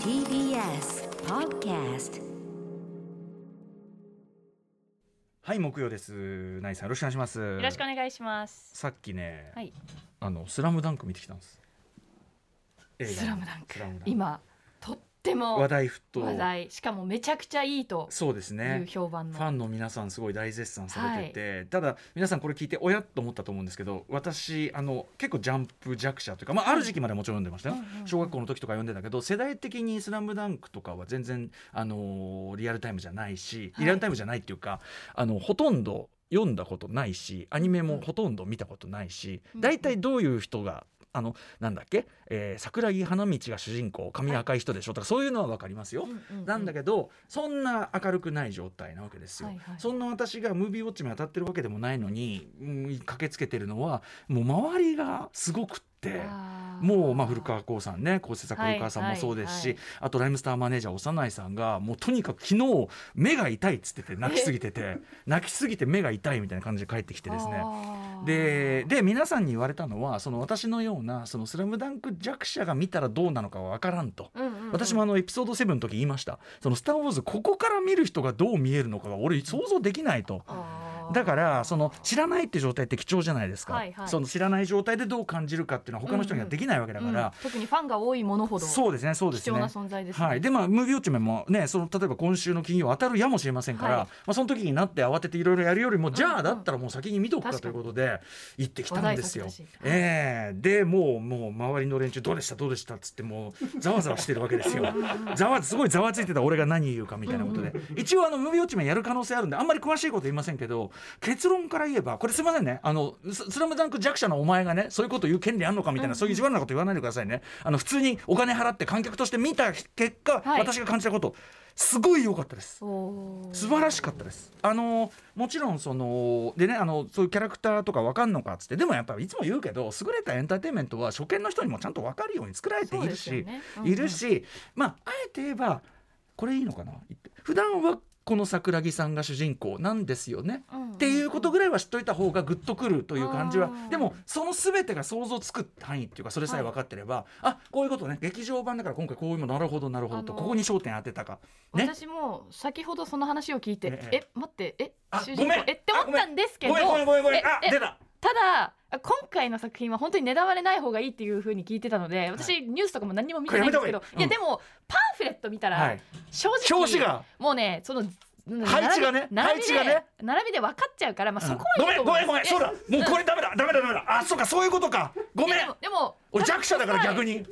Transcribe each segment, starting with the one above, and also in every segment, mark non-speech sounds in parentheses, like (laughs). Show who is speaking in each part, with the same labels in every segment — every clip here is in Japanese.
Speaker 1: TBS Podcast
Speaker 2: はい木曜ですナイさんよろしくお願いします
Speaker 3: よろしくお願いします。
Speaker 2: さっきね、
Speaker 3: はい
Speaker 2: あのスラムダンク見てきたんです映画
Speaker 3: スラムダンク
Speaker 2: スラムダン。ク
Speaker 3: 今、とっても
Speaker 2: 話
Speaker 3: 話
Speaker 2: 題沸騰
Speaker 3: 題。しかもめちゃくちゃいいと
Speaker 2: そうです
Speaker 3: いう
Speaker 2: ね
Speaker 3: 評判
Speaker 2: フ
Speaker 3: の。
Speaker 2: ァンの皆さんすごい大絶賛されてて、ただ皆さんこれ聞いておやっと思ったと思うんですけど私あの結構ジャンプ弱者というか、まあ、ある時期までもちろん読んでましたよ、
Speaker 3: うんうん
Speaker 2: 小学校の時とか読んでたけど世代的に「スラムダンクとかは全然、あのーリアルタイムじゃないし、
Speaker 3: はい
Speaker 2: リアルタイムじゃないっていうかあのほとんど読んだことないしアニメもほとんど見たことないし
Speaker 3: うん
Speaker 2: 大体、どういう人が。あのなんだっけ、えー桜木花道が主人公髪赤い人でしょ、とかそういうのは分かりますよ、なんだ
Speaker 3: け
Speaker 2: けどそんな明るくない状態なわけですよ。
Speaker 3: はいはい
Speaker 2: そんな私がムービーウォッチに当たってるわけでもないのに、うん、駆けつけてるのはもう周りがすごくって。もうまあ古川光さんね、こう作古川さんもそうですし、
Speaker 3: はいはい
Speaker 2: あとライムスターマネージャー幼いさんがもうとにかく昨日目が痛いっつってて泣きすぎてて泣きすぎて目が痛いみたいな感じで帰ってきてですね。
Speaker 3: ね
Speaker 2: でで皆さんに言われたのはその私のような「そのスラムダンク弱者が見たらどうなのかは分からんと、私もあのエピソード7の時言いました「そのスター・ウォーズ」ここから見る人がどう見えるのかが俺想像できないと。だからその知らないって状態って貴重じゃないですか、
Speaker 3: はいはい
Speaker 2: その知らない状態でどう感じるかっていうのは他の人にはできないわけだ
Speaker 3: ら
Speaker 2: から、
Speaker 3: 特にファンが多いものほど
Speaker 2: そうですねそうで
Speaker 3: 貴
Speaker 2: す
Speaker 3: 重な
Speaker 2: ね。
Speaker 3: 存在ですね。
Speaker 2: はい、でまあムービーウォッチメンもねその例えば今週の金曜当たるやもしれませんから、
Speaker 3: はい
Speaker 2: まあ、その時になって慌てていろいろやるよりも、じ
Speaker 3: うん
Speaker 2: ゃ
Speaker 3: う
Speaker 2: あ
Speaker 3: ん
Speaker 2: だったらもう先に見とくか
Speaker 3: 確
Speaker 2: と
Speaker 3: か
Speaker 2: いう
Speaker 3: に
Speaker 2: ことで行ってきたんですよ。
Speaker 3: 話題作だし
Speaker 2: ええでもうもう周りの連中どうでしたどうでしたっつってもうざわざわしてるわけですよ。
Speaker 3: (laughs)
Speaker 2: (laughs) ざわすごいざわついてた俺が何言うかみたいなことで、一応あのムービーウォッチメンやる可能性あるんであんまり詳しいこと言いませんけど結論から言えばこれすいませんねあのススラムダンク弱者のお前がねそういうこと言う権利あんのかみたいな、そういう意地悪なこと言わないでくださいねあの普通にお金払って観客として見た結果、
Speaker 3: はい
Speaker 2: 私が感じたことすごい良かったです。
Speaker 3: おー
Speaker 2: 素晴らしかったです。あのもちろんそのでねあのそういうキャラクターとかわかんのかっつってでもやっぱりいつも言うけど優れたエンターテインメントは初見の人にもちゃんとわかるように作られているし、
Speaker 3: そうですよねうんうん
Speaker 2: いるしまああえて言えばこれいいのかな言って普段はこの桜木さんが主人公なんですよね。
Speaker 3: うんうん
Speaker 2: っていうことぐらいは知っといた方がグッとくるという感じは
Speaker 3: うん
Speaker 2: でもその全てが想像つく範囲っていうかそれさえ分かってれば、あこういうことね劇場版だから今回こういうのなるほどなるほどと
Speaker 3: あの
Speaker 2: ここに焦点当てたかね
Speaker 3: 私も先ほどその話を聞いて、
Speaker 2: え
Speaker 3: え
Speaker 2: え
Speaker 3: 待ってえ
Speaker 2: あ
Speaker 3: 主
Speaker 2: ご
Speaker 3: 人公
Speaker 2: めん
Speaker 3: えって思ったんですけど
Speaker 2: ごめんごめんごめんごめ
Speaker 3: え
Speaker 2: んあ
Speaker 3: え
Speaker 2: 出た
Speaker 3: ただあ今回の作品は本当に狙われない方がいいっていうふうに聞いてたので私、ニュースとかも何にも見てないんですけど
Speaker 2: こ
Speaker 3: い
Speaker 2: れや
Speaker 3: や
Speaker 2: め
Speaker 3: でもパンフレット見た
Speaker 2: は
Speaker 3: ら
Speaker 2: い、
Speaker 3: 正直、
Speaker 2: 表紙が
Speaker 3: もうねその並び
Speaker 2: 配置がね
Speaker 3: 並びで
Speaker 2: 配置がね
Speaker 3: 並びで分かっちゃうから、まあ、そこは
Speaker 2: う
Speaker 3: い
Speaker 2: んご
Speaker 3: い
Speaker 2: めんごめん
Speaker 3: と思
Speaker 2: ごめんそうだもうこれダメだダメだダメだあそうかそういうことかご
Speaker 3: ご
Speaker 2: めん
Speaker 3: でもでも
Speaker 2: 俺弱者だから逆に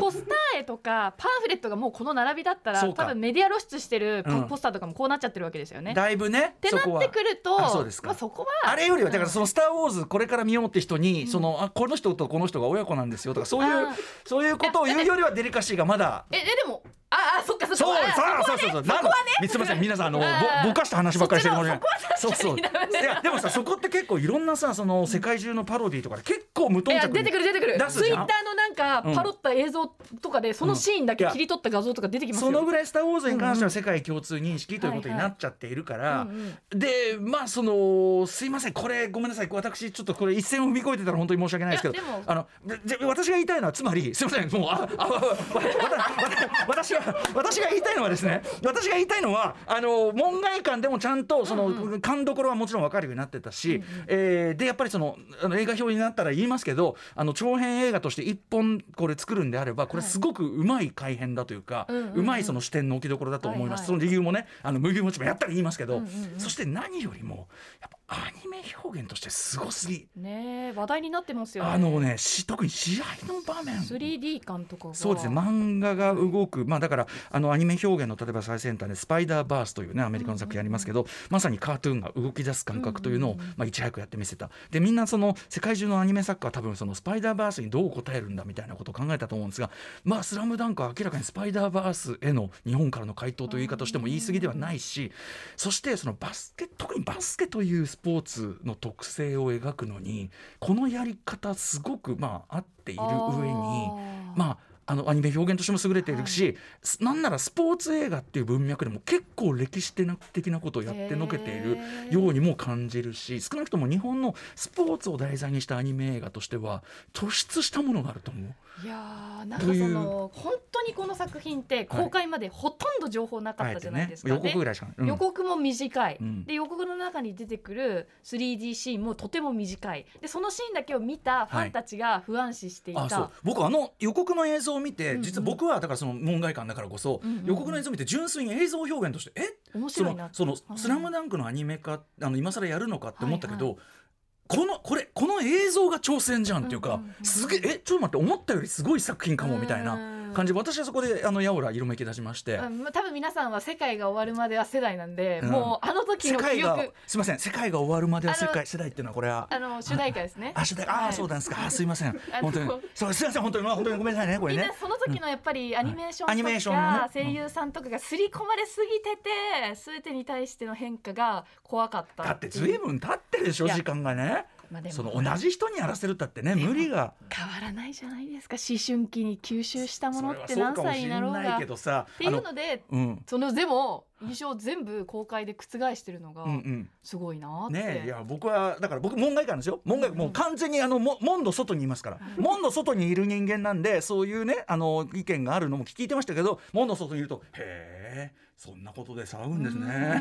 Speaker 3: ポスター絵とかパンフレットがもうこの並びだったら
Speaker 2: そうか
Speaker 3: 多分メディア露出してるポ
Speaker 2: うん
Speaker 3: ポスターとかもこうなっちゃってるわけですよね。っ
Speaker 2: だいぶね
Speaker 3: て
Speaker 2: そ
Speaker 3: な
Speaker 2: こ
Speaker 3: っ
Speaker 2: は
Speaker 3: てくると
Speaker 2: あそうですか
Speaker 3: まあ、そこは
Speaker 2: あれよりはだからその「スター・ウォーズ」これから見ようって人にそのあこの人とこの人が親子なんですよとかそういう
Speaker 3: あー
Speaker 2: そういうことを言うよりはデリカシーがまだ
Speaker 3: ええでもああそっかそっか
Speaker 2: そう
Speaker 3: あ
Speaker 2: そうそうそうそうなんかすみません皆さんあのぼ
Speaker 3: あー
Speaker 2: ぼかした話ばっかりしてるかもしれない
Speaker 3: そっちの
Speaker 2: う
Speaker 3: そこは確かに
Speaker 2: そういやでもさそこって結構いろんなさその世界中のパロディーとかで結構無頓
Speaker 3: い
Speaker 2: 着
Speaker 3: や
Speaker 2: に
Speaker 3: 出てくる出てくる
Speaker 2: 出す
Speaker 3: ツ
Speaker 2: じ
Speaker 3: イ
Speaker 2: ゃん
Speaker 3: ッターのなんか
Speaker 2: うん
Speaker 3: パロった映像とかでそのシーンだけ切り取った画像とか出てきますよ、
Speaker 2: そのぐらい「スター・ウォーズ」に関しては世界共通認識ということになっちゃっているから、
Speaker 3: うんうん
Speaker 2: でまあそのすいませんこれごめんなさい私ちょっとこれ一線を踏み越えてたら本当に申し訳ないですけど
Speaker 3: いやでも
Speaker 2: あのでで私が言いたいのはつまりすいませんもうああわわわわわ私は私が言いたいのはですね私が言いたいのはあの門外観でもちゃんとその、勘どころはもちろん分かるようになってたし、えーでやっぱりそのあの映画表になったら言いますけどあの長編映画として一本これ作るんであればこれすごくうまい改編だというか、
Speaker 3: うんうんうん
Speaker 2: うまいその視点の置きどころだと思います、
Speaker 3: はいはい
Speaker 2: その理由もねあの麦もちもやったら言いますけど、
Speaker 3: うんうんうん
Speaker 2: そして何よりもやっぱアニメ表現としてすごすぎ、
Speaker 3: ねえ話題になってますよね
Speaker 2: あのねし特に試合の場面
Speaker 3: 3D 感とかが
Speaker 2: そうですね漫画が動く、まあ、だからあのアニメ表現の例えば最先端で「スパイダーバース」というねアメリカの作品ありますけど、まさにカートゥーンが動き出す感覚というのを、まあ、いち早くやってみせたでみんなその世界中のアニメ作家は多分そのスパイダーバースにどう応えるんだみたいなことを考えたと思うんですが「まあ、スラムダンクは明らかにスパイダーバースへの日本からの回答という言い方をしても言い過ぎではないし、そしてそのバスケ特にバスケというスポーツの特性を描くのにこのやり方すごくまあ合っている上に。
Speaker 3: あー
Speaker 2: まああのアニメ表現としても優れているし、すなんならスポーツ映画っていう文脈でも結構歴史的なことをやってのけているようにも感じるし少なくとも日本のスポーツを題材にしたアニメ映画としては突出したものがあると思う。
Speaker 3: いやーなんかその本当にこの作品って公開までほとんど情報なか
Speaker 2: あ
Speaker 3: っ
Speaker 2: え
Speaker 3: たじ
Speaker 2: て
Speaker 3: ゃない
Speaker 2: ね
Speaker 3: ですか、
Speaker 2: 予告ぐらいしかない、うん
Speaker 3: 予告も短い、
Speaker 2: うん
Speaker 3: で予告の中に出てくる 3D シーンもとても短いでそのシーンだけを見たファンたちが不安視していた、
Speaker 2: あそう僕あの予告の映像を見て、
Speaker 3: うんうん
Speaker 2: 実は僕はだからその門外観だからこそ、
Speaker 3: うんうんうん
Speaker 2: 予告の映像を見て純粋に映像表現として、え
Speaker 3: 面
Speaker 2: そ
Speaker 3: 白いな
Speaker 2: の
Speaker 3: って
Speaker 2: その
Speaker 3: うん
Speaker 2: スラムダンクのアニメ化あの今更やるのかって思ったけど、
Speaker 3: は
Speaker 2: このこれこの映像が挑戦じゃんっていうか、
Speaker 3: うんうんうん
Speaker 2: すげええちょっと待って思ったよりすごい作品かもみたいな感じ私はそこであのやおら色めき出しまして、
Speaker 3: うんまあ多分皆さんは世界が終わるまでは世代なんで、
Speaker 2: うん
Speaker 3: もうあの時
Speaker 2: 世
Speaker 3: の
Speaker 2: 界
Speaker 3: 記
Speaker 2: が
Speaker 3: 憶
Speaker 2: すいません世界が終わるまでは世
Speaker 3: あ
Speaker 2: 界
Speaker 3: の
Speaker 2: 世代っていうのはこれは
Speaker 3: あの主題歌ですね
Speaker 2: あ世代あ
Speaker 3: は
Speaker 2: あ
Speaker 3: い
Speaker 2: そうなんですかあすいません
Speaker 3: (laughs) あの
Speaker 2: 本当にそうすいません本当に本当にごめんなさいねこれ
Speaker 3: みん
Speaker 2: ね
Speaker 3: な。その時のやっぱりアニメーショ
Speaker 2: アニメー
Speaker 3: ン
Speaker 2: シ
Speaker 3: と
Speaker 2: ョンのね
Speaker 3: か声優さんとかが刷り込まれすぎてて全てに対しての変化が怖かった
Speaker 2: だってずいぶん経ってるでしょ
Speaker 3: いや
Speaker 2: 時間がね
Speaker 3: まあでも
Speaker 2: その同じ人にやらせるったってね無理が
Speaker 3: 変わらないじゃないですか思春期に吸収したものって
Speaker 2: それは
Speaker 3: 何歳になろう
Speaker 2: そうかもしんな
Speaker 3: が
Speaker 2: いけどさ
Speaker 3: っていうので
Speaker 2: あのうん
Speaker 3: そのでも印象を全部公開で覆してるのが
Speaker 2: うん
Speaker 3: すごいなー
Speaker 2: う
Speaker 3: っ
Speaker 2: ん、
Speaker 3: て、
Speaker 2: ねえいや僕はだから僕門外観ですよ門外観もう完全にあのも門の外にいますから門の外にいる人間なんでそういうねあの意見があるのも聞いてましたけど門の外にいると「へえそんなことで騒ぐんですね」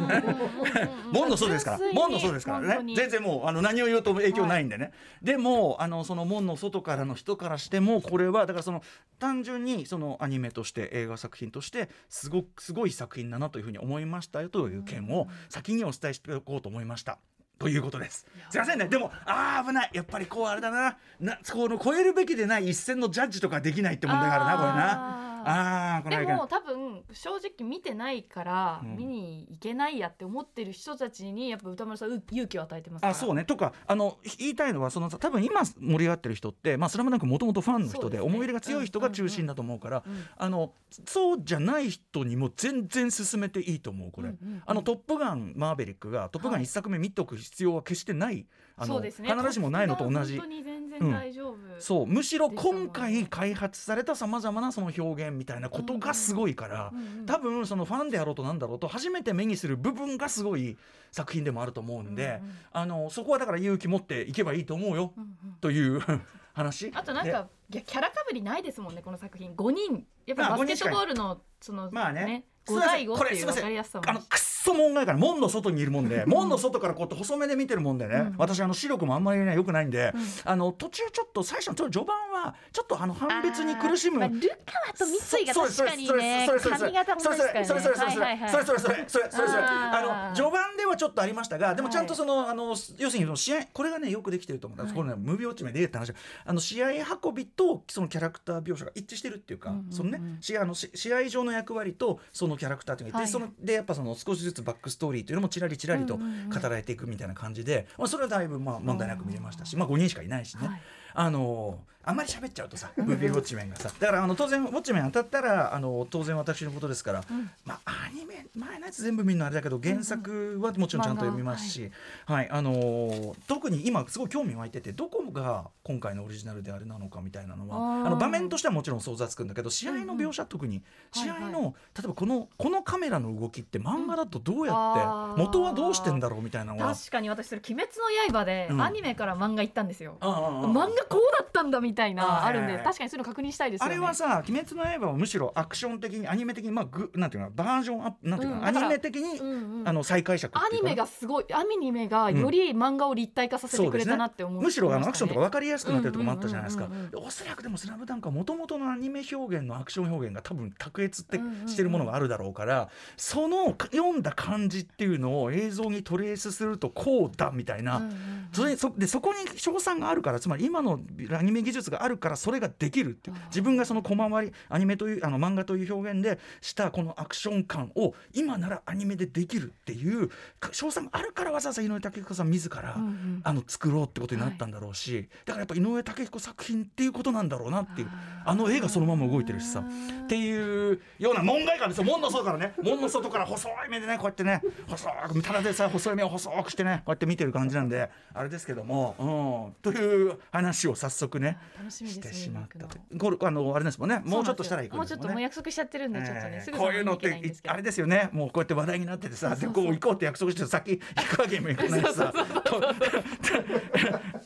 Speaker 2: 門の外ですから門の外ですからね全然もうあの何を言うと影響ないんでね、でもあのその門の外からの人からしてもこれはだからその単純にそのアニメとして映画作品としてすごくすごい作品だなというふうに思いましたよという件を先にお伝えしておこうと思いました。ということです。すいませんね。でも、ああ、危ない。やっぱりこうあれだな。な、この超えるべきでない一線のジャッジとかできないって問題があるな、これな。ああー、これ
Speaker 3: で
Speaker 2: はいけない
Speaker 3: も多分正直見てないから
Speaker 2: うん
Speaker 3: 見に行けないやって思ってる人たちにやっぱ歌丸さんう勇気を与えてますから
Speaker 2: あそうねとかあのひ言いたいのはその多分今盛り上がってる人って「まあ、スラムダンクもともとファンの
Speaker 3: そ
Speaker 2: 人
Speaker 3: う
Speaker 2: で
Speaker 3: で
Speaker 2: す
Speaker 3: ね
Speaker 2: 思い入れが強い人が中心だと思うから、
Speaker 3: うん
Speaker 2: あのそうじゃない人にも全然進めていいと思うこれ。
Speaker 3: うんうんうん
Speaker 2: あの「トップガンマーベリック」が「トップガン」一作目見ておく必要は決してない、あ
Speaker 3: そ
Speaker 2: の
Speaker 3: うですね
Speaker 2: 必ずしもないのと同じ
Speaker 3: 本当。に全然大丈夫、
Speaker 2: そうむしろ
Speaker 3: ですよね
Speaker 2: 今回開発されたさまざまなその表現みたいなことがすごいから、
Speaker 3: うんうんうん
Speaker 2: 多分そのファンであろうとなんだろうと初めて目にする部分がすごい作品でもあると思うんで、
Speaker 3: うんうん
Speaker 2: あのそこはだから勇気持っていけばいいと思うよ、
Speaker 3: うんうん
Speaker 2: という (laughs) 話。
Speaker 3: あとなん
Speaker 2: で
Speaker 3: かいやキャラかぶりないですもんねこの作品5人やっぱ
Speaker 2: まあ
Speaker 3: バスケットボールのその
Speaker 2: まあね
Speaker 3: 5対5ってい
Speaker 2: すいうま
Speaker 3: 分
Speaker 2: せん
Speaker 3: かりやすさも
Speaker 2: あのくっそ門外から門の外にいるもんで門の外からこうやって細目で見てるもんでね、
Speaker 3: うん
Speaker 2: 私あの視力もあんまりね良くないんで、
Speaker 3: うん
Speaker 2: あの途中ちょっと最初のちょっと序盤はちょっとあの判別に苦しむ
Speaker 3: あーまあルカワと三井が確かにね
Speaker 2: それそれそれそれ
Speaker 3: 髪型も確かにね
Speaker 2: それそれそれそれ
Speaker 3: はいはいはい
Speaker 2: それそれそれそれそれそれそれあ
Speaker 3: あー
Speaker 2: の序盤ではちょっとありましたがでも
Speaker 3: はい
Speaker 2: ちゃんとそのあの要するにその試合これがねよくできてると思うんです
Speaker 3: はい
Speaker 2: これね無病地名でって話あの試合運びとそのキャラクター描写が一致してるっていうか
Speaker 3: うんうんうん
Speaker 2: そのね試合あのし試合上の役割とそのキャラクターというのがいて
Speaker 3: はい
Speaker 2: そのでやっぱその少しずつバックストーリーというのもちらりちらりと
Speaker 3: うん
Speaker 2: 語
Speaker 3: うんうん
Speaker 2: られていくみたいな感じでまあそれはだいぶまあ問題なく見れましたしまあ5人しかいないしね
Speaker 3: はい。
Speaker 2: あのーあんまり喋っちゃうとさ、ムービーウォッチメンがさ、だからあの当然ウォッチメン当たったらあの当然私のことですから、
Speaker 3: ん
Speaker 2: まあアニメ前のやつ全部見るのあれだけど原作はもちろんちゃんと読みますし、はい、あのー特に今すごい興味湧いててどこが今回のオリジナルであれなのかみたいなの
Speaker 3: あ
Speaker 2: は、
Speaker 3: ー
Speaker 2: あの場面としてはもちろん想像はつくんだけど試合の描写特に
Speaker 3: はい
Speaker 2: 試合
Speaker 3: はい
Speaker 2: の例えばこのこのカメラの動きって漫画だとどうやっ
Speaker 3: あ
Speaker 2: て
Speaker 3: ー
Speaker 2: 元はどうしてんだろうみたいなのは。
Speaker 3: 確かに私それ「鬼滅の刃」で
Speaker 2: うん
Speaker 3: アニメから漫画行ったんですよ、
Speaker 2: ああああああ
Speaker 3: 漫画こうだったんだみたいな
Speaker 2: あ
Speaker 3: あるん
Speaker 2: はい
Speaker 3: で
Speaker 2: はい
Speaker 3: 確かにそういうの確認したいですよ
Speaker 2: あ
Speaker 3: ね
Speaker 2: れはさ「鬼滅の刃」はむしろアクション的にアニメ的にまあグなんていうのかなバージョンアップなんていうのかな、
Speaker 3: う
Speaker 2: ア
Speaker 3: んだから
Speaker 2: ニメ的に、
Speaker 3: うんうん
Speaker 2: あの再解釈
Speaker 3: ア
Speaker 2: ってい
Speaker 3: ニ
Speaker 2: うか
Speaker 3: メがすごいアニメがより漫画を立体化させてくれたなって思い
Speaker 2: む
Speaker 3: ま
Speaker 2: し
Speaker 3: した
Speaker 2: ろ
Speaker 3: ね
Speaker 2: あのアクションとか分かりやすくなってるとこもあったじゃないですか
Speaker 3: うんうんうんうん
Speaker 2: おそらくでも「スラムダンクはもともとのアニメ表現のアクション表現が多分卓越って
Speaker 3: うんうんうん
Speaker 2: してるものがあるだろうから、その読んだ感じっていうのを映像にトレースするとこうだみたいな。
Speaker 3: うんうん
Speaker 2: それそでそこに賞賛があるからつまり今のアニメ技術があるからそれができるっていう
Speaker 3: あー
Speaker 2: 自分がその小回りアニメというあの漫画という表現でしたこのアクション感を今ならアニメでできるっていうか賞賛があるからわざわざ井上武彦さん自ら、
Speaker 3: うんうん
Speaker 2: あの作ろうってことになったんだろうし、だからやっぱ井上武彦作品っていうことなんだろうなっていうあの絵がそのまま動いてるしさ。っていうような門外観ですよ門の外からね門の外から細い目でねこうやってね細くただでさえ細い目を細くしてねこうやって見てる感じなんであれですけども、うん、という話話を早速ね
Speaker 3: 楽しみです
Speaker 2: し
Speaker 3: ね
Speaker 2: てしまった
Speaker 3: 行く
Speaker 2: と
Speaker 3: の
Speaker 2: ゴルあのあれですもんねもうちょっとしたら行くん
Speaker 3: もう
Speaker 2: です
Speaker 3: ちょ
Speaker 2: もん
Speaker 3: っと
Speaker 2: ね
Speaker 3: もう約束しちゃってるんでちょっとね、すぐ
Speaker 2: こういうのっ
Speaker 3: そんなに行
Speaker 2: て
Speaker 3: けないんですけど
Speaker 2: あれですよねもうこうやって話題になっててさでこう行こうって約束して先行くわけにもいかないしさ (laughs)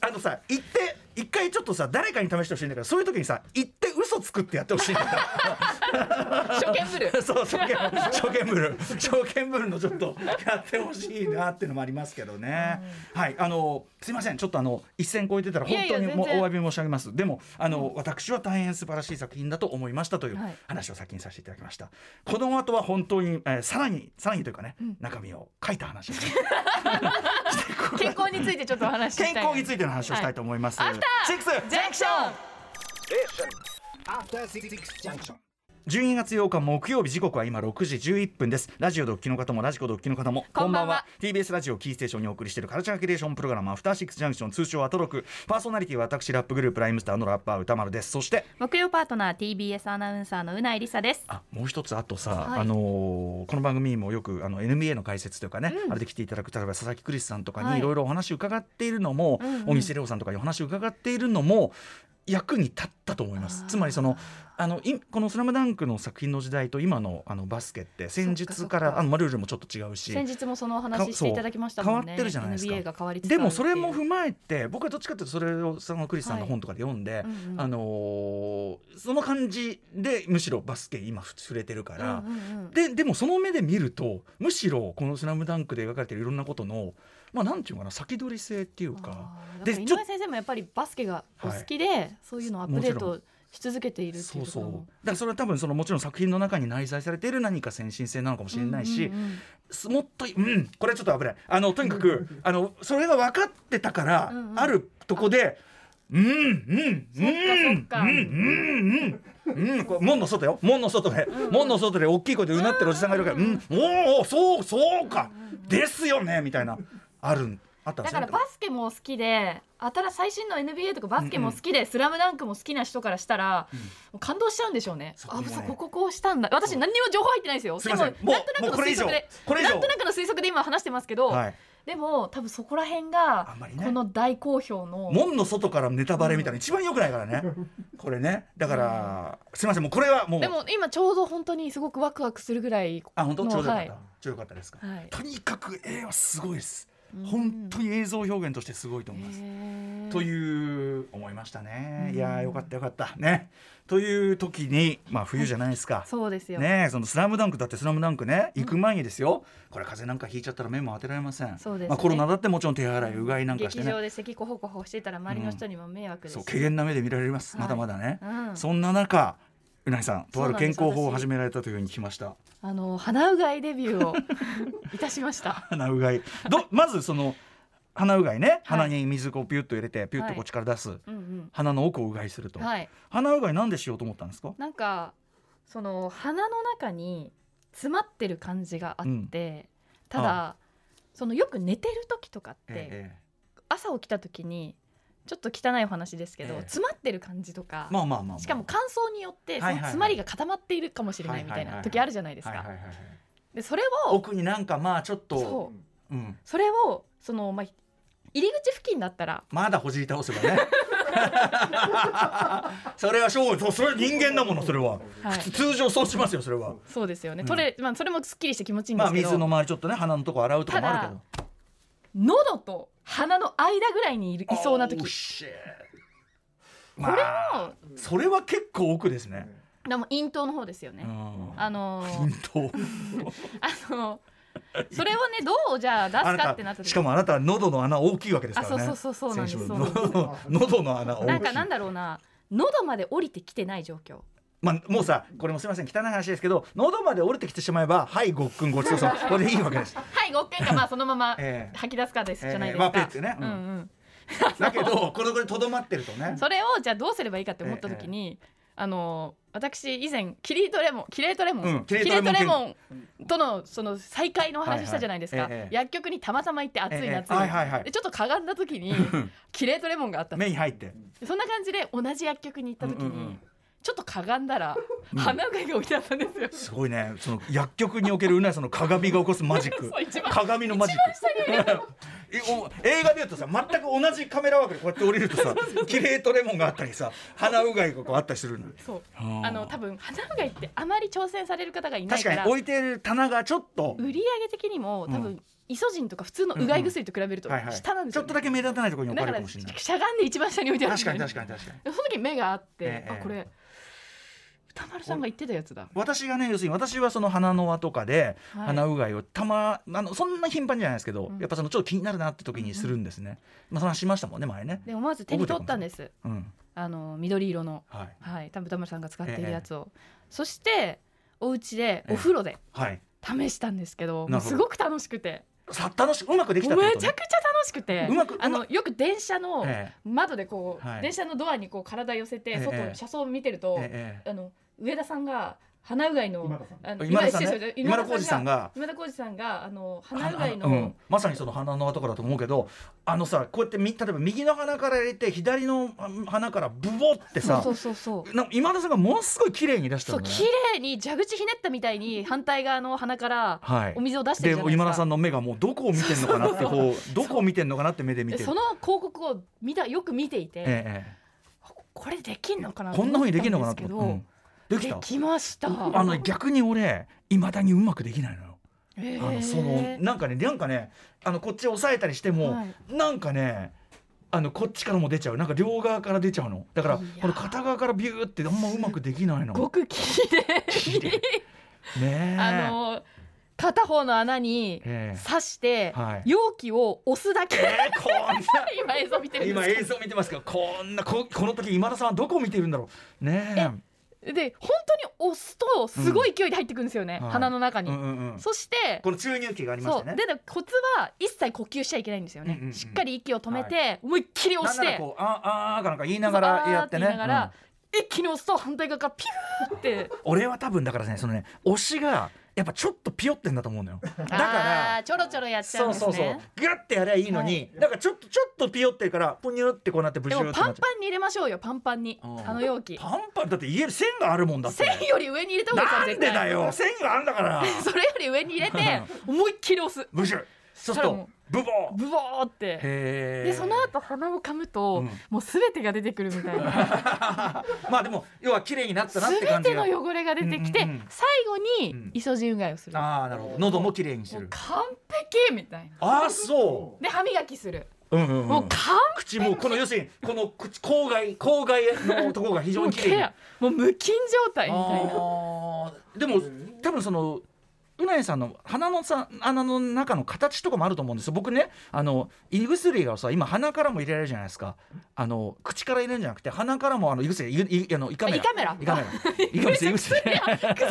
Speaker 2: あとさ行って一回ちょっとさ誰かに試してほしいんだけどそういう時にさ行って嘘つくってやってほしいんだよ
Speaker 3: 初見ぶる
Speaker 2: (laughs) そう初見初見ブル初見ブルのちょっとやってほしいなっていうのもありますけどね、はいあのすいませんちょっとあの一線超えてたら本当
Speaker 3: いやい
Speaker 2: に
Speaker 3: や
Speaker 2: もうお
Speaker 3: 全然
Speaker 2: 詫び申し上げますでもあの、私は大変素晴らしい作品だと思いましたという
Speaker 3: はい
Speaker 2: 話を先にさせていただきました、この後は本当に、えーさらにさらにというかね、中身を書いた
Speaker 3: (laughs)
Speaker 2: 話をね
Speaker 3: 健康についてちょっとお話ししたい
Speaker 2: 健
Speaker 3: な
Speaker 2: 康についての話をしたいと思います、
Speaker 3: はいアフター
Speaker 2: シックス
Speaker 3: ジャンクション
Speaker 4: After Six Junction.
Speaker 2: 12月8日木曜日時刻は今6時11分ですラジオドッキの方もラジコドッキの方も
Speaker 3: こんばんは
Speaker 2: TBS ラジオキーステーションにお送りしているカルチャーキュレーションプログラムアフターシックスジャンクション通称アトロクパーソナリティは私ラップグループライムスターのラッパー歌丸ですそして
Speaker 5: 木曜パートナー TBS アナウンサーのうないりさです。
Speaker 2: あもう一つあとさ、
Speaker 3: はい
Speaker 2: あのーこの番組にもよくあの NBA の解説というかね、あれで来ていただく例えば佐々木クリスさんとか
Speaker 3: は
Speaker 2: に
Speaker 3: い
Speaker 2: いろいろお話伺っているのも、
Speaker 3: うんうん
Speaker 2: 大西亮さんとかにお話伺っているのも役に立ったと思いますつまりそのあのいこの「スラムダンクの作品の時代と今のあのバスケって戦術から
Speaker 3: そっかそっか
Speaker 2: あのまあルールもちょっと違うし
Speaker 3: 先日もそのお話ししていただきましたもんね
Speaker 2: 変わってるじゃないですか
Speaker 3: NBA が変わりつつあ
Speaker 2: で
Speaker 3: るってい
Speaker 2: も
Speaker 3: う
Speaker 2: それも踏まえて僕はどっちかというとそれをそのクリスさんの
Speaker 3: はい
Speaker 2: 本とかで読んで、
Speaker 3: うんうん
Speaker 2: あのーその感じでむしろバスケ今触れてるから。
Speaker 3: うんうんうん
Speaker 2: ででもその目で見るとむしろこの「スラムダンクで描かれているいろんなことのまあなんていうのかな先取り性っていうか
Speaker 3: あーだ
Speaker 2: で
Speaker 3: から井
Speaker 2: ちょ
Speaker 3: 上先生もやっぱりバスケがお好きで、そういうのをアップデートし続けているって
Speaker 2: そ
Speaker 3: いう
Speaker 2: う
Speaker 3: と
Speaker 2: そ
Speaker 3: こ
Speaker 2: う
Speaker 3: ろ
Speaker 2: だ
Speaker 3: も
Speaker 2: からそれは多分そのもちろん作品の中に内在されている何か先進性なのかもしれないし、
Speaker 3: うんうんうん
Speaker 2: すもっとうんこれちょっと危ないあのとにか
Speaker 3: (laughs)
Speaker 2: くあのそれが分かってたから、
Speaker 3: うんうん
Speaker 2: あるとこでうんうんうん
Speaker 3: そっかそっか
Speaker 2: うんうんうんうんこう門の外よ門の外で、門の外で大きい声でうなってるおじさんがいるから「うん、おおそうそうか、ですよね」みたいなあるんあったんで
Speaker 3: だ
Speaker 2: す
Speaker 3: からバスケも好きで新最新の NBA とかバスケも好きで「スラムダンクも好きな人からしたら、もう感動しちゃうんでしょうね。
Speaker 2: そう
Speaker 3: あ
Speaker 2: 今
Speaker 3: そう
Speaker 2: ね
Speaker 3: こここうしたんだ私何にも情報入ってないですよ。
Speaker 2: すいません
Speaker 3: で
Speaker 2: も
Speaker 3: も
Speaker 2: う
Speaker 3: なんと
Speaker 2: も
Speaker 3: な
Speaker 2: う
Speaker 3: く
Speaker 2: こ
Speaker 3: の
Speaker 2: れ以
Speaker 3: 推
Speaker 2: 上
Speaker 3: 測で
Speaker 2: これ以上
Speaker 3: なんとなくの推測で今話してますけど、
Speaker 2: はい、
Speaker 3: でも多分そこら辺
Speaker 2: あ
Speaker 3: が
Speaker 2: んまりね
Speaker 3: この大好評の。
Speaker 2: 門の外からネタバレみたいな一番良くないからねこれねだから、すいませんもうこれはもう
Speaker 3: でも今ちょうど本当にすごくワクワクするぐらい
Speaker 2: あ本当
Speaker 3: の
Speaker 2: ちょうどよか
Speaker 3: は
Speaker 2: っ
Speaker 3: い
Speaker 2: た、ちょうどよかったですか、
Speaker 3: はい
Speaker 2: とにかく絵はすごいです
Speaker 3: うん
Speaker 2: 本当に映像表現としてすごいと思います、
Speaker 3: へー
Speaker 2: という思いましたね、
Speaker 3: うん
Speaker 2: いやーよかったよかったねという時にまあ冬じゃないですか、
Speaker 3: そうですよ、
Speaker 2: ねえそのスラムダンクだってスラムダンクね行く前にですよ、これ風邪なんかひいちゃったら目も当てられません
Speaker 3: そうですね
Speaker 2: まあ、コロナだってもちろん手洗いうがいなんかして
Speaker 3: 劇
Speaker 2: ね
Speaker 3: 場で咳コホコホしてたら周りの人にも迷惑です
Speaker 2: そう
Speaker 3: し、
Speaker 2: 軽減な目で見られます、
Speaker 3: はい
Speaker 2: まだまだね、
Speaker 3: うん
Speaker 2: そんな中うなぎさんとある健康
Speaker 3: そうなんです
Speaker 2: 法を
Speaker 3: 私
Speaker 2: 始められたというふうに聞きました
Speaker 3: あの鼻うがいデビ
Speaker 2: (laughs)
Speaker 3: ューをいたしました。
Speaker 2: 鼻うがいど
Speaker 3: (laughs)
Speaker 2: まずその鼻うがいね、鼻に水をピュッと入れてピュッとこっちから出す、
Speaker 3: うん
Speaker 2: 鼻の奥をうがいする
Speaker 3: う
Speaker 2: と、
Speaker 3: ん、はい。
Speaker 2: 鼻うがいなんでしようと思ったんですか
Speaker 3: なんかその鼻の中に詰まってる感じがあって、ただそのよく寝てる時とかって、
Speaker 2: ええ
Speaker 3: 朝起きた時にちょっと汚いお話ですけど、
Speaker 2: ええ
Speaker 3: 詰まってる感じとか、
Speaker 2: まあまあまあまあ
Speaker 3: しかも乾燥によって
Speaker 2: い
Speaker 3: そ
Speaker 2: は
Speaker 3: の
Speaker 2: いはい
Speaker 3: 詰まりが固まっているかもしれないみたいな時あるじゃないです
Speaker 2: はいはい
Speaker 3: か。
Speaker 2: はいはい
Speaker 3: でそれを
Speaker 2: 奥になんかまあちょっと
Speaker 3: そう
Speaker 2: うん、
Speaker 3: それをそのまあ入り口付近だったら
Speaker 2: まだほじり倒せば
Speaker 3: (laughs)
Speaker 2: ねそれはしょうそうそれは人間だものそれは、
Speaker 3: はい
Speaker 2: 普通通常そうしますよそれは
Speaker 3: そうですよね、
Speaker 2: うん
Speaker 3: とれまあ、それもすっきりして気持ちいいんで
Speaker 2: ますあ
Speaker 3: けど、
Speaker 2: 水の周りちょっとね鼻のとこ洗うとかもあるけど
Speaker 3: 喉と鼻の間ぐらいにいるいそうな時
Speaker 2: Oh,
Speaker 3: こ
Speaker 2: shit
Speaker 3: れも、
Speaker 2: まあそれは結構奥ですね。
Speaker 3: でも咽頭の方ですよね、
Speaker 2: うん
Speaker 3: あのー
Speaker 2: (laughs) 均等
Speaker 3: あのーそれをねどうじゃあ出
Speaker 2: あ
Speaker 3: すか
Speaker 2: な
Speaker 3: ってなった
Speaker 2: た
Speaker 3: 時
Speaker 2: しかもあなたは喉の穴大きいわけです
Speaker 3: あ
Speaker 2: か
Speaker 3: そ
Speaker 2: ら
Speaker 3: う
Speaker 2: ね。
Speaker 3: そうそうそうなんです
Speaker 2: 先週
Speaker 3: そうなんです
Speaker 2: 喉喉の穴大きい。
Speaker 3: なんかなんだろうな喉まで降りてきてない状況
Speaker 2: まあもうさこれもすみません汚い話ですけど喉まで降りてきてしまえばはいごっくんごちそうさ
Speaker 3: (laughs)
Speaker 2: まこれでいいわけです。
Speaker 3: はいごっくんかまあそのま (laughs) ま
Speaker 2: ええ
Speaker 3: 吐き出すかですじゃないです
Speaker 2: ええまあ
Speaker 3: か、
Speaker 2: ペッてねう
Speaker 3: うんんうん
Speaker 2: だけどこのこれとどまってるとね。
Speaker 3: (laughs) それをじゃあどうすればいいかって思った時に、あの私以前キリートレモンキレートレモン、
Speaker 2: うんキ
Speaker 3: キ
Speaker 2: レ
Speaker 3: レ
Speaker 2: ートレモン
Speaker 3: ートレモンとのその再会のお
Speaker 2: はいは
Speaker 3: 話
Speaker 2: い
Speaker 3: したじゃないですか、
Speaker 2: ええええ
Speaker 3: 薬局にたまたま行って暑い夏に、
Speaker 2: ええはいはいはい
Speaker 3: (laughs) でちょっとかがんだ時にキレートレモンがあったんで
Speaker 2: 目に入って。
Speaker 3: すそんな感じで同じ薬局に行った時
Speaker 2: う
Speaker 3: に、
Speaker 2: んうんうん
Speaker 3: ちょっとかがんだら鼻うがいが置いてあったんですよ。
Speaker 2: すごいねその薬局におけるうなやさんの鏡が起こすマジック
Speaker 3: (laughs) そう一番
Speaker 2: 鏡のマジッ
Speaker 3: (laughs) 一番下に入れた
Speaker 2: クえお映画でいうとさ全く同じカメラワークでこうやって降り (laughs) るとさキレートレモンがあったりさ鼻うがいがこうあったりするの
Speaker 3: そう
Speaker 2: あー
Speaker 3: あの多分花うがいってあまり挑戦される方がいない
Speaker 2: 確
Speaker 3: か
Speaker 2: からに置いてる棚がちょっと、
Speaker 3: 売り上げ的にも多分、
Speaker 2: うん
Speaker 3: イソジンとか普通のうがい薬と比べると
Speaker 2: はいはい、
Speaker 3: 下なんです
Speaker 2: ちょ
Speaker 3: よ、
Speaker 2: っとだけ目立たないところに置
Speaker 3: だ
Speaker 2: かれ
Speaker 3: か
Speaker 2: る
Speaker 3: ら
Speaker 2: かもしれない
Speaker 3: しゃがんで一番下に置いてあるん
Speaker 2: 確か
Speaker 3: だよ
Speaker 2: に
Speaker 3: ね
Speaker 2: 確かに確かに
Speaker 3: でその時目があって、
Speaker 2: ええ
Speaker 3: あこれ歌丸さんが言ってたやつだ、
Speaker 2: 私がね要するに私はその鼻の輪とかで
Speaker 3: はい
Speaker 2: 鼻うがいをたまあのそんな頻繁じゃないですけど、
Speaker 3: うん
Speaker 2: やっぱそのちょっと気になるなって時にするんですね、まあその話しましたもんね前ね
Speaker 3: で思わず手に取ったんです
Speaker 2: うん
Speaker 3: あの緑色の
Speaker 2: はい
Speaker 3: はい多分歌丸さんが使っているやつを、そしてお家でお風呂で
Speaker 2: はい
Speaker 3: 試したんですけど、
Speaker 2: なるほど
Speaker 3: もうすごく楽しくて
Speaker 2: さ楽しくうまくでき
Speaker 3: めち
Speaker 2: た
Speaker 3: ゃ
Speaker 2: って
Speaker 3: くちゃ
Speaker 2: こと、
Speaker 3: 楽
Speaker 2: ね、
Speaker 3: しくて
Speaker 2: うまく
Speaker 3: あのよく電車の
Speaker 2: え
Speaker 3: 窓でこう、
Speaker 2: はい
Speaker 3: 電車のドアにこう体寄せて、
Speaker 2: えええ
Speaker 3: 外
Speaker 2: え
Speaker 3: 車窓を見てると
Speaker 2: え、ええ
Speaker 3: あの上田さんが鼻うがいの
Speaker 4: 今田さん
Speaker 3: あの
Speaker 2: え今田さん
Speaker 3: 失礼
Speaker 2: ね
Speaker 3: しま
Speaker 2: 今田
Speaker 3: した
Speaker 2: 浩二さんが
Speaker 3: 今田耕司さんがあの鼻
Speaker 2: 鼻
Speaker 3: うがいの、
Speaker 2: うん、まさにその鼻の輪とかだと思うけどあのさこうやってみ例えば右の鼻から入れて左のあ鼻からブボってさ
Speaker 3: そうそうそうそう
Speaker 2: な今田さんがものすごい綺麗に出した
Speaker 3: そ
Speaker 2: の
Speaker 3: う
Speaker 2: ね
Speaker 3: 綺麗に蛇口ひねったみたいに反対側の鼻から
Speaker 2: はい
Speaker 3: お水を出して
Speaker 2: で
Speaker 3: るじゃないです
Speaker 2: 今
Speaker 3: か
Speaker 2: 田さんの目がもうどこを見てんのかなってこうどこを見てんのかなって目で見てる
Speaker 3: その広告を見たよく見ていて、
Speaker 2: えええ
Speaker 3: これできんのかな
Speaker 2: え
Speaker 3: と
Speaker 2: こんな
Speaker 3: 思
Speaker 2: ふうに
Speaker 3: っ
Speaker 2: できるのかな
Speaker 3: た
Speaker 2: ん
Speaker 3: です
Speaker 2: と
Speaker 3: けど、
Speaker 2: 思って、うん、でき
Speaker 3: で
Speaker 2: た
Speaker 3: きました
Speaker 2: あの逆に俺いまだにうまくできないのよ
Speaker 3: へー
Speaker 2: あのそのなんかねなんかねあのこっち押さえたりしても、
Speaker 3: はい
Speaker 2: なんかねあのこっちからも出ちゃうなんか両側から出ちゃうのだから
Speaker 3: いやー
Speaker 2: この片側からビューってあんまうまくできないの
Speaker 3: ご
Speaker 2: ね
Speaker 3: く綺
Speaker 2: (laughs)
Speaker 3: 麗に
Speaker 2: え
Speaker 3: あの片方の穴に
Speaker 2: ええ
Speaker 3: 刺して、
Speaker 2: はい
Speaker 3: 容器を押すだけ、
Speaker 2: えーこん
Speaker 3: 今映像見て
Speaker 2: な
Speaker 3: るん
Speaker 2: 今
Speaker 3: です
Speaker 2: 映像見てますけどこんなここの時今田さんはどこを見てるんだろうね
Speaker 3: けどで本当に押すとすごい勢いで入ってくるんですよね、
Speaker 2: うんはい
Speaker 3: 鼻の中
Speaker 2: え
Speaker 3: に、
Speaker 2: うんうんうん
Speaker 3: そして
Speaker 2: この注入器がありまし
Speaker 3: そう
Speaker 2: たね
Speaker 3: ででコツは一切呼吸しちゃいけないんですよね、
Speaker 2: うんうんうん
Speaker 3: しっかり息を止めて、思いっきり押
Speaker 2: な
Speaker 3: し
Speaker 2: んなら
Speaker 3: て
Speaker 2: こうあああーかなんか言いながらやってね
Speaker 3: そうあーって言いながら一気に押すと反対側からピューって
Speaker 2: うん俺は多分だからねそのね推しがやっぱちょっとピヨってんだと思うのよだから
Speaker 5: あーちょろちょろやっちゃうん
Speaker 2: そう
Speaker 5: です
Speaker 2: そ
Speaker 5: ね
Speaker 2: うそうガッてやりゃいいのに、なんかちょっとちょっとピヨってからポニュってこうなってブシ
Speaker 3: で
Speaker 2: ュ
Speaker 3: も
Speaker 2: ーって
Speaker 3: パ
Speaker 2: な
Speaker 3: ン
Speaker 2: っちゃ
Speaker 3: パンに入れましょうよパンパンに
Speaker 2: うん
Speaker 3: あの容器
Speaker 2: うパンパンだって家に線があるもんだって
Speaker 3: 線より上に入れた方がいい
Speaker 2: な
Speaker 3: から
Speaker 2: んで
Speaker 3: 絶対
Speaker 2: だよ線があんだから (laughs)
Speaker 3: (laughs) それより上に入れて思いっきり押す
Speaker 2: ブシューそうする
Speaker 3: そしたらも
Speaker 2: と
Speaker 3: う
Speaker 2: ブボー
Speaker 3: ブボーって
Speaker 2: へー
Speaker 3: でその後鼻を噛むと、
Speaker 2: うん
Speaker 3: もう全てが出てくるみたい
Speaker 2: (laughs)
Speaker 3: な
Speaker 2: まあでも要は綺麗になったなって
Speaker 3: 全
Speaker 2: 感じ
Speaker 3: て
Speaker 2: が
Speaker 3: の汚れが出てきて、
Speaker 2: うんうんうん
Speaker 3: 最後
Speaker 2: うん
Speaker 3: にイソジンうがいをする、も
Speaker 2: ああなるほど喉も綺麗にして
Speaker 3: う
Speaker 2: る
Speaker 3: 完璧みたいな
Speaker 2: ああそ
Speaker 3: で歯磨きする、
Speaker 2: う,、うんうんうん、
Speaker 3: もう完
Speaker 2: 口もこの要するにこの口口外口外のところが非常
Speaker 3: もう
Speaker 2: に綺麗
Speaker 3: ケ
Speaker 2: に
Speaker 3: アもう無菌状態みたいな
Speaker 2: あーでも多分そのうなえさんの鼻のさ穴の中の形とかもあると思うんですよ僕ねあの胃薬がさ今鼻からも入れられるじゃないですかあの口から入れるんじゃなくて鼻からもあの胃薬いいあの胃カメラ
Speaker 3: 胃カメラ
Speaker 2: 胃カメラ
Speaker 3: (laughs)
Speaker 2: 胃カメラ胃薬
Speaker 3: 薬鼻から飲む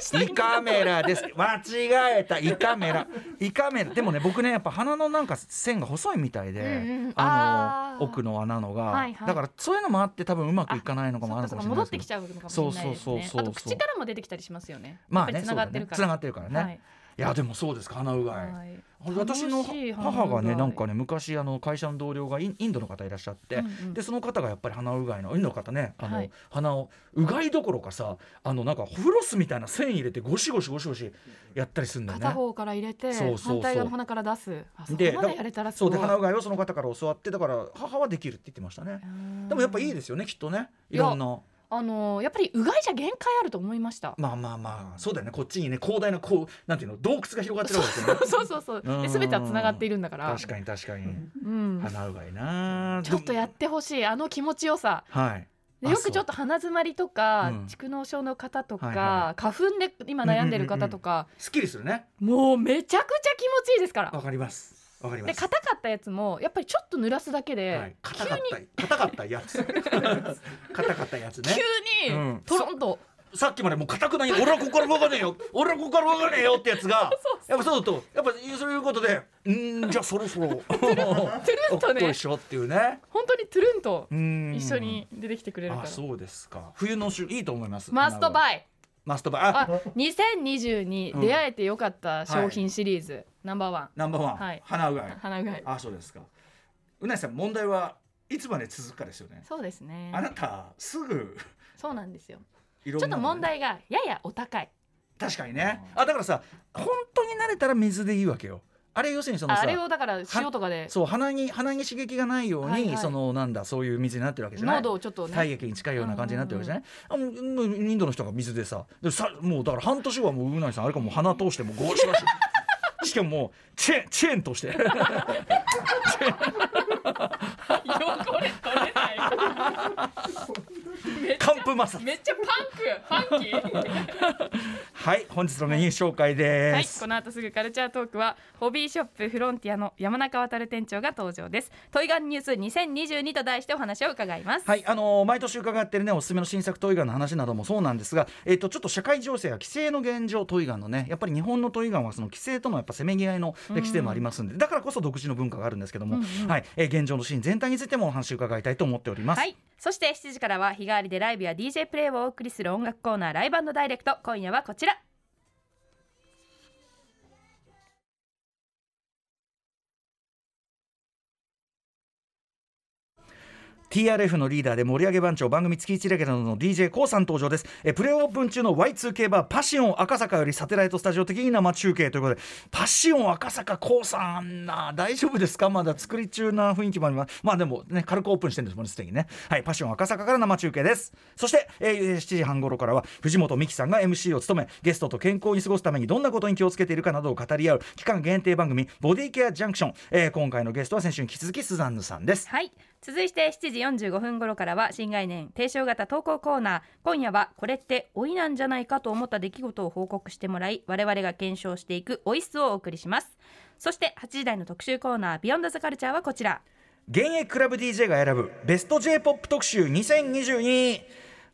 Speaker 3: 人
Speaker 2: 胃カメラです間違えた胃カメラ胃カメラでもね僕ねやっぱ鼻のなんか線が細いみたいで、
Speaker 3: うんうん
Speaker 2: あの
Speaker 3: あー
Speaker 2: 奥の穴のが、
Speaker 3: はいはい
Speaker 2: だからそういうのもあって多分うまくいかないのかもあるのかもしれない
Speaker 3: 戻
Speaker 2: で
Speaker 3: っ
Speaker 2: すけど
Speaker 3: てきちゃうのかもしれないです
Speaker 2: そうそうそう
Speaker 3: ね
Speaker 2: そう
Speaker 3: あと口からも出てきたりしますよね
Speaker 2: まあね、
Speaker 3: つながってるか
Speaker 2: そうだね繋
Speaker 3: ら
Speaker 2: がってるからね。
Speaker 3: はい
Speaker 2: い、やでもそうですか鼻うがい。
Speaker 3: はい
Speaker 2: あれ私の
Speaker 3: 楽しい鼻うがい
Speaker 2: 母がねなんかね昔あの会社の同僚がインインドの方いらっしゃって、
Speaker 3: うんうん
Speaker 2: でその方がやっぱり鼻うがいのインドの方ねあの、
Speaker 3: はい
Speaker 2: 鼻をうがいどころかさあのなんかフロスみたいな線入れてゴシゴシゴシゴシやったりするんだよね。
Speaker 3: 片方から入れて
Speaker 2: そうそうそう
Speaker 3: 反対側の鼻から出すあそこ
Speaker 2: で
Speaker 3: までやれたらす
Speaker 2: そ
Speaker 3: ご
Speaker 2: う
Speaker 3: い
Speaker 2: で鼻うがいをその方から教わってだから母はできるって言ってましたね。でもやっぱいい
Speaker 3: す
Speaker 2: ですよねきっとねい
Speaker 3: いや
Speaker 2: ろんな
Speaker 3: あのやっぱりうがいじゃ限界あると思いました
Speaker 2: まあまあまあそうだよねこっちにね広大なこうなんていうの洞窟が広がってるわけですよね。
Speaker 3: (laughs) そうそうそう
Speaker 2: うん
Speaker 3: で全てはつながっているんだから
Speaker 2: 確かに確かに
Speaker 3: うん
Speaker 2: 鼻うがいな
Speaker 3: ちょっとやってほしいあの気持ちよさ
Speaker 2: はい。
Speaker 3: でよくちょっ
Speaker 2: と
Speaker 3: と鼻づまりとか
Speaker 2: うん
Speaker 3: 蓄膿症の方と
Speaker 2: はいは
Speaker 3: か花粉で今悩んでる方とか
Speaker 2: すっきりするね。
Speaker 3: もうめちゃくちゃ気持ちいいですから
Speaker 2: わかります。わかりま。
Speaker 3: です硬かったやつもやっぱりちょっと濡らすだけ
Speaker 2: は
Speaker 3: で
Speaker 2: い。硬かったい硬かったや
Speaker 3: (laughs)
Speaker 2: つ。硬かったやつね。
Speaker 3: 急
Speaker 2: うん
Speaker 3: にトロンと
Speaker 2: さっきまでもう硬くない俺はここから動かねえよ。俺はここから動かねえよってやつ
Speaker 3: (laughs)
Speaker 2: が、やっぱそうだとやっぱそういうことで、うーんじゃあそろ
Speaker 3: (laughs)
Speaker 2: そろ。
Speaker 3: トゥルン
Speaker 2: お
Speaker 3: と
Speaker 2: っと
Speaker 3: ね
Speaker 2: 一緒っていうね。
Speaker 3: 本当にトゥルンと
Speaker 2: うん
Speaker 3: 一緒。に出てきてくれるか
Speaker 2: あ
Speaker 3: ら
Speaker 2: そうですか。冬の週いいと思います。
Speaker 3: マスト
Speaker 2: イ。
Speaker 3: バイ
Speaker 2: マストバイ。あ
Speaker 3: あ2022出会えてよかった商品シリーズナンバーワン
Speaker 2: ナンバーワ
Speaker 3: は
Speaker 2: ン
Speaker 3: い。
Speaker 2: 鼻うがい。
Speaker 3: 鼻うがい
Speaker 2: あそうですか。うなぎさん問題はいつまで続くかですよね。
Speaker 3: そうですね
Speaker 2: あなたす
Speaker 3: (laughs)
Speaker 2: ぐ
Speaker 3: そうなんですよ
Speaker 2: いろん
Speaker 3: ち
Speaker 2: な
Speaker 3: ょっと問題がややお高い
Speaker 2: 確かにねあだからさ本当に慣れたら水でいいわけよあれ要するにその
Speaker 3: あ
Speaker 2: さ
Speaker 3: あれをだから塩とかで
Speaker 2: そう鼻に鼻に刺激がないように、
Speaker 3: はいはい
Speaker 2: そのなんだそういう水になってるわけじゃない
Speaker 3: 喉をちょっとね
Speaker 2: 体液に近いような感じになってるわけじゃない、あもうもうインドの人が水でさでさもうだから半年後はもううなぎさんあれかもう鼻通してもうゴシゴ
Speaker 3: (laughs)
Speaker 2: シしかももうチェーンチェーンとして
Speaker 3: 汚れ取れない
Speaker 2: 乾布摩擦
Speaker 3: めっちゃパンクファンキー
Speaker 2: はい本日のメニュー紹介です、
Speaker 5: はい、この後すぐカルチャートークはホビーショップフロンティアの山中渉店長が登場です。トイガンニュース2022と題してお話を伺います。
Speaker 2: はい、あのー毎年伺ってるねおすすめの新作トイガンの話などもそうなんですが、えっとちょっと社会情勢や規制の現状トイガンのねやっぱり日本のトイガンはその規制とのやっぱせめぎ合いの歴史でもありますんで、だからこそ独自の文化があるんですけども、はい、えー現状のシーン全体についてもお話伺いたいと思っております。
Speaker 5: はい、そして7時からは日替わりでライブや DJ プレイをお送りする音楽コーナーライブダイレクト今夜はこちら
Speaker 2: はい TRF のリーダーで盛り上げ番長番組月一レギュラーの d j k o さん登場ですえプレオープン中の Y2K バーパシオン赤坂よりサテライトスタジオ的に生中継ということでパシオン赤坂 k o さんな大丈夫ですかまだ作り中な雰囲気もありますまあでもね軽くオープンしてるんですもんねすでにねはいパシオン赤坂から生中継ですそして、えー7時半頃からは藤本美貴さんが MC を務めゲストと健康に過ごすためにどんなことに気をつけているかなどを語り合う期間限定番組ボディケアジャンクション、えー今回のゲストは先週に引き続きスザンヌさんです
Speaker 5: はい続いて7時45分頃からは新概念提唱型投稿コーナー今夜はこれって老いなんじゃないかと思った出来事を報告してもらい我々が検証していく老いスをお送りしますそして8時台の特集コーナービヨンドザカルチャーはこちら
Speaker 2: 現役クラブ DJ が選ぶベスト J-POP 特集2022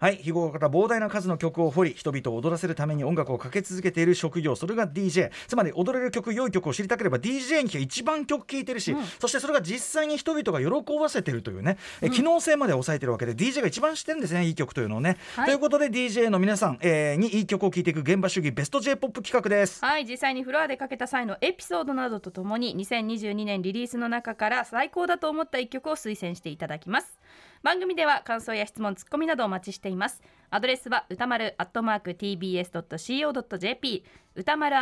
Speaker 2: はい日頃から膨大な数の曲を掘り人々を踊らせるために音楽をかけ続けている職業それが DJ つまり踊れる曲良い曲を知りたければ DJ に聞け一番曲聴いてるし、そしてそれが実際に人々が喜ばせてるというね、え機能性まで抑えてるわけで DJ が一番知ってるんですねいい曲というのをね、
Speaker 5: はい
Speaker 2: ということで DJ の皆さん、えーにいい曲を聴いていく現場主義ベスト J-POP 企画です
Speaker 5: はい実際にフロアでかけた際のエピソードなどとともに2022年リリースの中から最高だと思った一曲を推薦していただきます番組では感想や質問ツッコミなどお待ちしていますアドレスは歌丸 tbs.co.jp 歌丸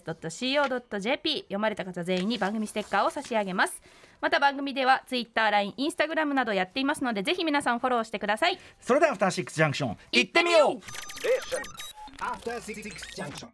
Speaker 5: tbs.co.jp 読まれた方全員に番組ステッカーを差し上げますまた番組では Twitter、LINE、Instagram などやっていますのでぜひ皆さんフォローしてください
Speaker 2: それではアフターシックスジャンクション行ってみよう
Speaker 4: After Six Junction.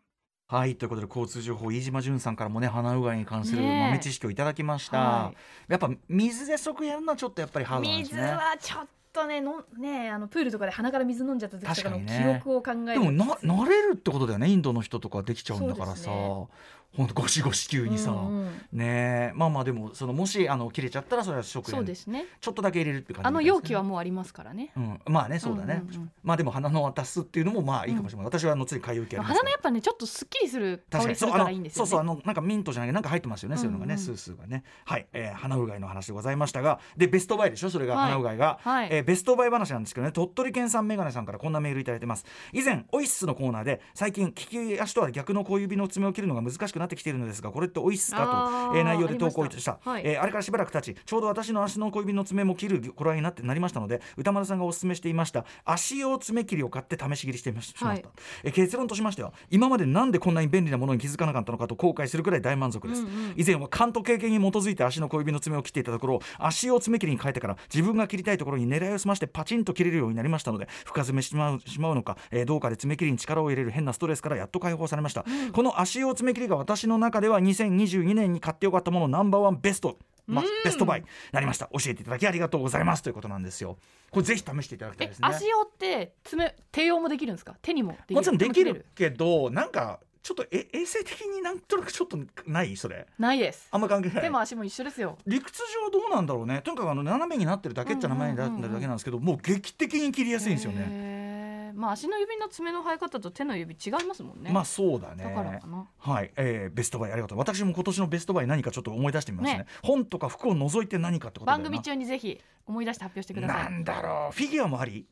Speaker 2: はいということで交通情報飯島淳さんからもね鼻うがいに関する
Speaker 3: ねえ
Speaker 2: 豆知識をいただきました、
Speaker 3: は
Speaker 2: やっぱ水で即やるのはちょっとやっぱりハードなんです
Speaker 3: 水
Speaker 2: ね
Speaker 3: はちょっとねのねあのプールとかで鼻から水飲んじゃった時とかの
Speaker 2: 確か
Speaker 3: 記
Speaker 2: にね
Speaker 3: 憶を考え
Speaker 2: で
Speaker 3: る
Speaker 2: もな慣れるってことだよねインドの人とかできちゃうんだからさ、
Speaker 3: そうですね
Speaker 2: ほんとゴシゴシ急にさ、
Speaker 3: うんうん
Speaker 2: ねえまあまあでもそのもしあの切れちゃったらそれは食
Speaker 3: そう
Speaker 2: 塩
Speaker 3: で
Speaker 2: ち
Speaker 3: すね
Speaker 2: ょっとだけ入れるって感じ
Speaker 3: あの
Speaker 2: みたいですね
Speaker 3: 容器はもうありますからね
Speaker 2: うん、まあねそうだね、
Speaker 3: うんうんうん
Speaker 2: まあでも鼻の渡すっていうのもまあいいかもしれない、私はあのつい海遊記ありますけど
Speaker 3: 鼻のやっぱねちょっとすっきりする香りす
Speaker 2: そう
Speaker 3: る
Speaker 2: あ
Speaker 3: から
Speaker 2: の
Speaker 3: いいんです
Speaker 2: そ
Speaker 3: よ
Speaker 2: うそうあ
Speaker 3: ね
Speaker 2: のなんかミントじゃないけどなんか入ってますよね、そういうのが
Speaker 3: う
Speaker 2: ね
Speaker 3: んうん
Speaker 2: スースーがねはい、えー、花うがいの話でございましたがでベストバイでしょそれが
Speaker 3: はい
Speaker 2: 花うがいが、
Speaker 3: はい
Speaker 2: えーベストバイ話なんですけどね鳥取県産メガネさんからこんなメールいただいてます以前オイスのコーナーで最近利き足とは逆の小指の爪を切るのが難しくなってきているのですがこれってオイスか
Speaker 3: あ
Speaker 2: と、
Speaker 3: ー
Speaker 2: えー内容で投稿した
Speaker 3: ありましたはい
Speaker 2: えーあれからしばらく経ちちょうど私の足の小指の爪も切る頃合いになってなりましたので歌丸さんがおすすめしていました足用爪切りを買って試し切りしてみまししました、
Speaker 3: は
Speaker 2: えー結論としましては今までなんでこんなに便利なものに気づかなかったのかと後悔するくらい大満足です、以前は勘と経験に基づいて足の小指の爪を切っていたところ足を爪切りに変えてから自分が切りたいところに狙いを済ましてパチンと切れるようになりましたので深爪しまうしまうのか、えーどうかで爪切りに力を入れる変なストレスからやっと解放されました、この足用爪切りが私の中では2022年に買ってよかったものナンバーワンベストまベストバイになりました教えていただきありがとうございますということなんですよこれぜひ試していただきたい
Speaker 3: え
Speaker 2: ですね
Speaker 3: 足用って爪手用もできるんですか手にもできる
Speaker 2: もちろんできるけどなんかちょっとえ衛生的になんとなくちょっとないそれ
Speaker 3: ないです
Speaker 2: あんま関係ない
Speaker 3: 手も足も一緒ですよ
Speaker 2: 理屈上どうなんだろうねとにかくあの斜めになってるだけっちゃ斜めになってるだけなんですけど、もう劇的に切りやすいんですよね
Speaker 3: ねまあ足の指の爪の生え方と手の指違いますもんね
Speaker 2: まあそうだね
Speaker 3: だからかな
Speaker 2: はい、えーベストバイありがとう私も今年のベストバイ何かちょっと思い出してみますね
Speaker 3: ね
Speaker 2: 本とか服を除いて何かってことだよ
Speaker 3: 番
Speaker 2: な
Speaker 3: 組中にぜひ思い出して発表してくださ
Speaker 2: ないんだろうフィギュアもあり